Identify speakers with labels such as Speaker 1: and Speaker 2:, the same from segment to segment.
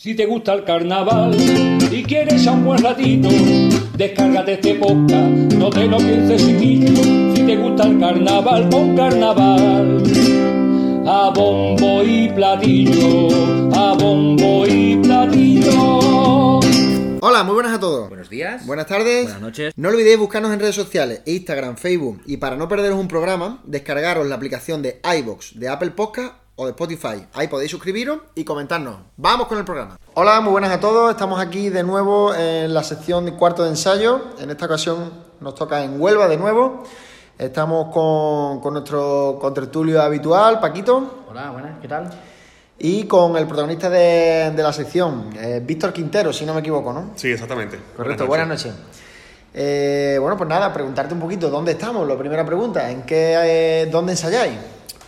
Speaker 1: Si te gusta el carnaval y quieres a un buen ratito, descárgate este podcast, no te lo pienses chiquillo. Si te gusta el carnaval, pon carnaval. A bombo y platillo, a bombo y platillo.
Speaker 2: Hola, muy buenas a todos.
Speaker 3: Buenos días.
Speaker 2: Buenas tardes.
Speaker 3: Buenas noches.
Speaker 2: No olvidéis buscarnos en redes sociales, Instagram, Facebook. Y para no perderos un programa, descargaros la aplicación de iBox, de Apple Podcast o de Spotify. Ahí podéis suscribiros y comentarnos. Vamos con el programa. Hola, muy buenas a todos. Estamos aquí de nuevo en la sección de cuarto de ensayo. En esta ocasión nos toca en Huelva de nuevo. Estamos con, con nuestro contertulio habitual, Paquito,
Speaker 3: Hola, buenas, ¿qué tal?
Speaker 2: y con el protagonista de, de la sección, eh, Víctor Quintero, si no me equivoco, ¿no?
Speaker 4: Sí, exactamente.
Speaker 2: Correcto, buenas noches. Eh, bueno, pues nada, preguntarte un poquito dónde estamos. La primera pregunta, ¿en qué, eh, dónde ensayáis?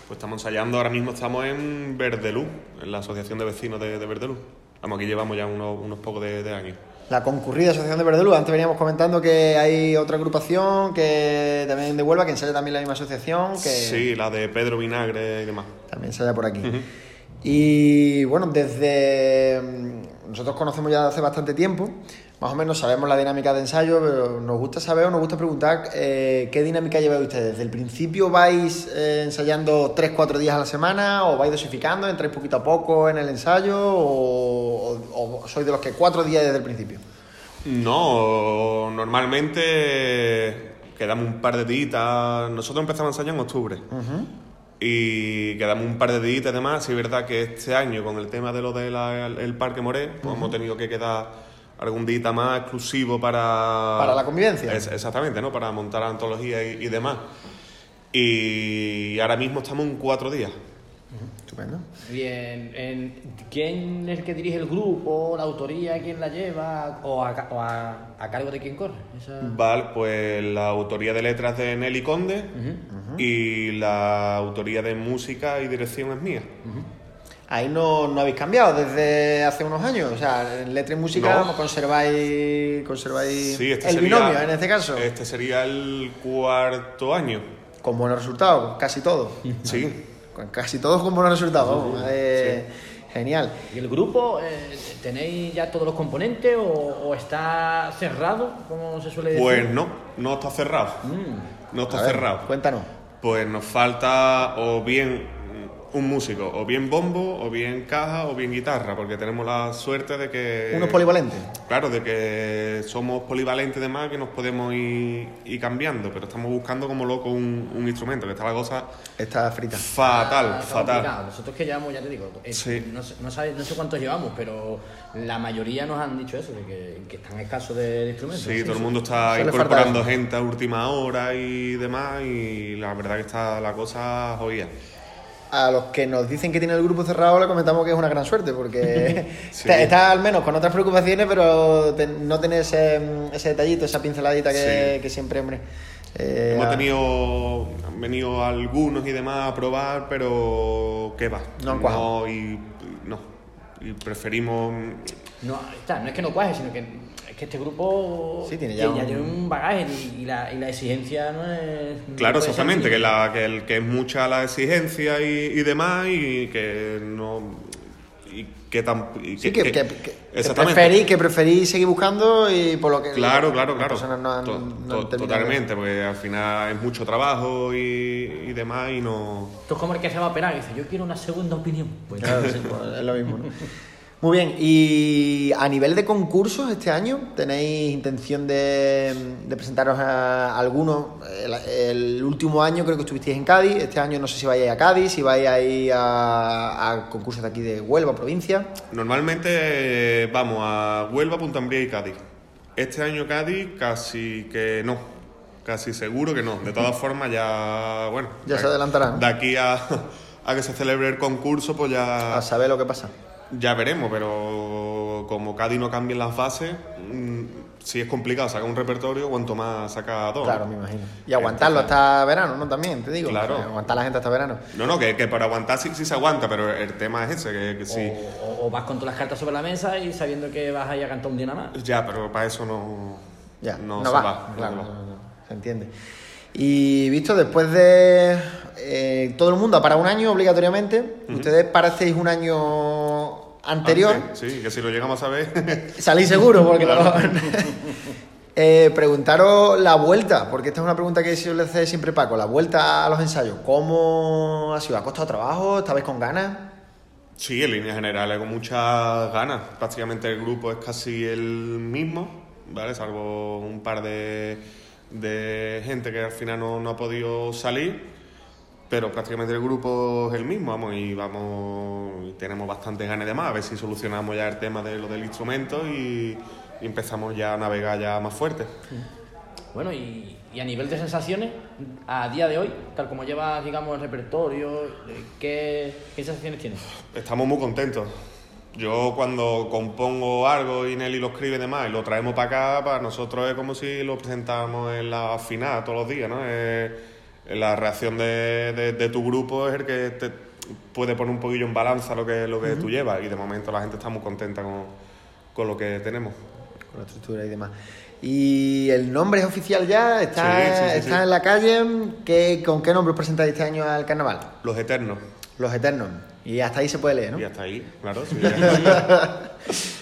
Speaker 4: Pues estamos ensayando, ahora mismo estamos en Verdelú, en la Asociación de Vecinos de, de Verdelú. Vamos, aquí llevamos ya unos, unos pocos de, de años.
Speaker 2: La concurrida Asociación de Verdelú. Antes veníamos comentando que hay otra agrupación que también de Huelva, que ensaya también la misma asociación, que
Speaker 4: Sí, la de Pedro Vinagre y demás.
Speaker 2: también ensaya por aquí. Y bueno, desde... mm, Nosotros conocemos ya de hace bastante tiempo, más o menos sabemos la dinámica de ensayo, pero nos gusta saber o nos gusta preguntar eh, qué dinámica lleváis ustedes. ¿Desde el principio vais eh, ensayando 3-4 días a la semana o vais dosificando, entráis poquito a poco en el ensayo o, o- o sois de los que 4 días desde el principio?
Speaker 4: No, normalmente quedamos un par de días. Nosotros empezamos a ensayar en octubre. Y quedamos un par de días y demás. Sí, es verdad que este año, con el tema de lo del el Parque Moré, pues hemos tenido que quedar algún día más exclusivo para.
Speaker 2: Para la convivencia.
Speaker 4: Es- exactamente, ¿no? Para montar antología y, y demás. Y ahora mismo estamos en cuatro días.
Speaker 2: Estupendo.
Speaker 3: Bien, en- ¿quién es el que dirige el grupo, la autoría, quién la lleva o a, ca- o a- a cargo de quién corre? Esa-
Speaker 4: Vale, pues la autoría de letras de Nelly Conde y la autoría de música y dirección es mía.
Speaker 2: Ahí no, no habéis cambiado desde hace unos años. O sea, en letra y música
Speaker 4: No.
Speaker 2: conserváis, conserváis
Speaker 4: Sí, este
Speaker 2: el
Speaker 4: sería,
Speaker 2: binomio en este caso.
Speaker 4: Este sería el cuarto año.
Speaker 2: Con buenos resultados, casi todo.
Speaker 4: Sí.
Speaker 2: Con casi todos con buenos resultados. vamos, eh, Genial.
Speaker 3: ¿Y el grupo, eh, tenéis ya todos los componentes o, o está cerrado, como se suele decir?
Speaker 4: Pues no, no está cerrado. No está
Speaker 2: Mm. A ver,
Speaker 4: cerrado.
Speaker 2: Cuéntanos.
Speaker 4: Pues nos falta o bien un músico, o bien bombo, o bien caja, o bien guitarra, porque tenemos la suerte de que...
Speaker 2: Unos polivalentes.
Speaker 4: Claro, de que somos polivalentes y demás, que nos podemos ir, ir cambiando, pero estamos buscando como loco un, un instrumento, que está la cosa
Speaker 2: Está frita.
Speaker 4: fatal,
Speaker 3: Ah, está complicado.
Speaker 4: fatal.
Speaker 3: Nosotros que llevamos, ya te digo, eh,
Speaker 4: Sí.
Speaker 3: no, sé, no sabe- no sé cuántos llevamos, pero la mayoría nos han dicho eso, de que, que están escasos de instrumentos.
Speaker 4: Sí, todo el mundo está
Speaker 2: Suele faltar
Speaker 4: incorporando
Speaker 2: eso.
Speaker 4: gente a última hora y demás, y la verdad que está la cosa jodida.
Speaker 2: Eh, A los que nos dicen que tiene el grupo cerrado le comentamos que es una gran suerte porque
Speaker 4: Sí.
Speaker 2: está, está al menos con otras preocupaciones, pero te- no tiene ese, mm, ese detallito, esa pinceladita que,
Speaker 4: Sí.
Speaker 2: que siempre, hombre. eh,
Speaker 4: Hemos
Speaker 2: ha-
Speaker 4: tenido, han venido algunos y demás a probar, pero ¿qué va?
Speaker 2: No han cuajado.
Speaker 4: y no. Y preferimos.
Speaker 3: No, está, no es que no cuaje, sino que es que este grupo
Speaker 2: Sí, tiene
Speaker 3: que
Speaker 2: ya
Speaker 3: ya,
Speaker 2: un-
Speaker 3: tiene un bagaje y, y la, y la exigencia no es... no
Speaker 4: Claro,
Speaker 2: Pues,
Speaker 3: puede ser
Speaker 4: exactamente, que,
Speaker 3: mínima.
Speaker 4: la, que, el- que es mucha la exigencia y, y demás, y que no. Y que tan. y
Speaker 2: Sí, que, que, que,
Speaker 4: eh, exactamente.
Speaker 2: preferís, que preferís seguir buscando y por lo que
Speaker 4: Claro, claro,
Speaker 2: las
Speaker 4: claro.
Speaker 2: personas no han-
Speaker 4: To-
Speaker 2: no
Speaker 4: to-
Speaker 2: han terminado.
Speaker 4: totalmente, porque al final es mucho trabajo y, y demás, y no.
Speaker 3: Esto es como el que se va a operar y dice, yo quiero una segunda opinión. Pues,
Speaker 2: Claro, sí, pues, es lo mismo, ¿no? Muy bien, y a nivel de concursos este año, ¿tenéis intención de, de presentaros a alguno? El, el último año creo que estuvisteis en Cádiz, este año no sé si vais a Cádiz, si vais a ir a, a concursos de aquí de Huelva, provincia.
Speaker 4: Normalmente eh, vamos a Huelva, Punta Umbría y Cádiz. Este año Cádiz casi que no. Casi seguro que no. De todas formas, ya. Bueno.
Speaker 2: Ya se
Speaker 4: de-
Speaker 2: adelantará, ¿no?
Speaker 4: De aquí a, a que se celebre el concurso, pues ya.
Speaker 2: A saber lo que pasa.
Speaker 4: ya veremos, pero como Cádiz no cambien las bases, mm, sí es complicado sacar un repertorio, cuanto más saca dos.
Speaker 2: Claro, me imagino. Y aguantarlo hasta verano, ¿no? También, te digo. O
Speaker 4: Claro.
Speaker 2: sea, aguantar la gente hasta verano.
Speaker 4: No, no, que, que para aguantar sí, sí se aguanta, pero el tema es ese, que, que sí.
Speaker 3: O, o- o vas con todas las cartas sobre la mesa y sabiendo que vas a ir a cantar un día nada más.
Speaker 4: Ya, pero para eso no,
Speaker 2: Oh. Ya,
Speaker 4: no, se va.
Speaker 2: claro,
Speaker 4: no se va.
Speaker 2: no, no, se entiende. Y visto, después de. eh, todo el mundo para un año obligatoriamente. Ustedes parasteis un año anterior.
Speaker 4: Antes, Ah, sí, que si lo llegamos a ver.
Speaker 2: Salí seguro porque no. Eh, preguntaros la vuelta, porque esta es una pregunta que suele hacer siempre Paco, la vuelta a los ensayos. ¿Cómo ha sido? ¿Ha costado trabajo? ¿Estabais con ganas?
Speaker 4: sí, en líneas generales, con muchas ganas. Prácticamente el grupo es casi el mismo, ¿vale? Salvo un par de, de gente que al final no, no ha podido salir. Pero prácticamente el grupo es el mismo, vamos, y vamos, y tenemos bastantes ganas de más, a ver si solucionamos ya el tema de lo del instrumento y, y empezamos ya a navegar ya más fuerte.
Speaker 3: Bueno, y, y a nivel de sensaciones, a día de hoy, tal como llevas, digamos, el repertorio, eh, ¿qué, qué sensaciones tienes?
Speaker 4: Estamos muy contentos. Yo cuando compongo algo y Nelly lo escribe y demás y lo traemos para acá, para nosotros es como si lo presentáramos en la final todos los días, ¿no? Eh, la reacción de, de- de tu grupo es el que te puede poner un poquillo en balanza lo que, lo que tú llevas y de momento la gente está muy contenta con, con lo que tenemos.
Speaker 2: Con la estructura y demás. Y el nombre es oficial ya, está,
Speaker 4: Sí, sí, sí,
Speaker 2: está
Speaker 4: sí.
Speaker 2: en la calle. ¿Qué, ¿Con qué nombre os presentáis este año al carnaval?
Speaker 4: Los Eternos.
Speaker 2: Los Eternos. Y hasta ahí se puede leer, ¿no?
Speaker 4: Y hasta ahí, claro. sí, ya.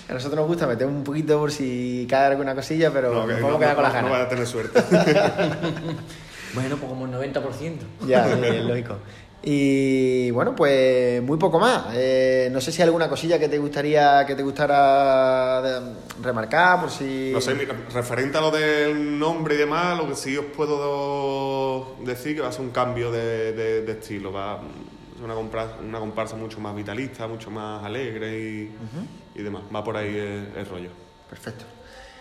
Speaker 2: A nosotros nos gusta meter un poquito por si cae alguna cosilla, pero
Speaker 4: No,
Speaker 2: no,
Speaker 4: que
Speaker 2: podemos
Speaker 4: no-
Speaker 2: quedar con las
Speaker 4: no- no
Speaker 2: ganas.
Speaker 4: vas a tener suerte.
Speaker 3: Bueno, pues como el 90%.
Speaker 2: Ya, sí, es lógico. Y bueno, pues muy poco más. Eh, no sé si hay alguna cosilla que te gustaría que te gustara de- remarcar, por si.
Speaker 4: No sé, mira, referente a lo del nombre y demás, lo que sí os puedo decir que va a ser un cambio de, de- de estilo. Va a ser una comparsa, una comparsa mucho más vitalista, mucho más alegre y, y demás. Va por ahí el, el rollo.
Speaker 2: Perfecto.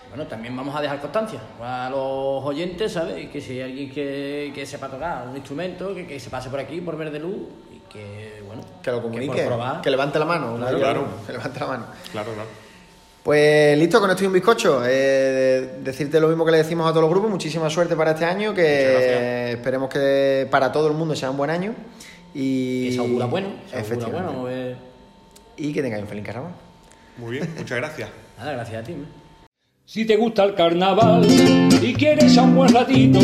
Speaker 3: Bueno, también vamos a dejar constancia a los oyentes, ¿sabes? Que si hay alguien que, que sepa tocar un instrumento, que, que se pase por aquí, por Verde Luz, y que, bueno,
Speaker 2: Que lo
Speaker 3: por
Speaker 2: comunique.
Speaker 3: probar.
Speaker 2: que levante la mano.
Speaker 3: Claro,
Speaker 2: María,
Speaker 4: claro.
Speaker 2: Que levante la mano.
Speaker 4: Claro, claro.
Speaker 2: Pues listo, con esto y un bizcocho. Eh, decirte lo mismo que le decimos a todos los grupos. Muchísima suerte para este año,
Speaker 4: Muchas
Speaker 2: que esperemos que para todo el mundo sea un buen año. Y
Speaker 3: Que se augura bueno, se augura
Speaker 2: Efectivamente.
Speaker 3: bueno. vamos a ver.
Speaker 2: Y que tengáis un feliz carnaval.
Speaker 4: Muy bien, muchas gracias.
Speaker 3: Nada, gracias a ti. ¿eh?
Speaker 1: Si te gusta el carnaval y quieres a un buen ratito,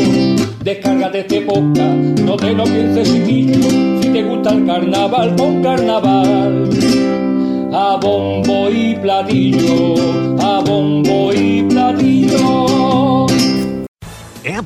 Speaker 1: descárgate este podcast, no te lo pienses chiquillo. Si te gusta el carnaval, pon carnaval. A bombo y platillo, a bombo y platillo.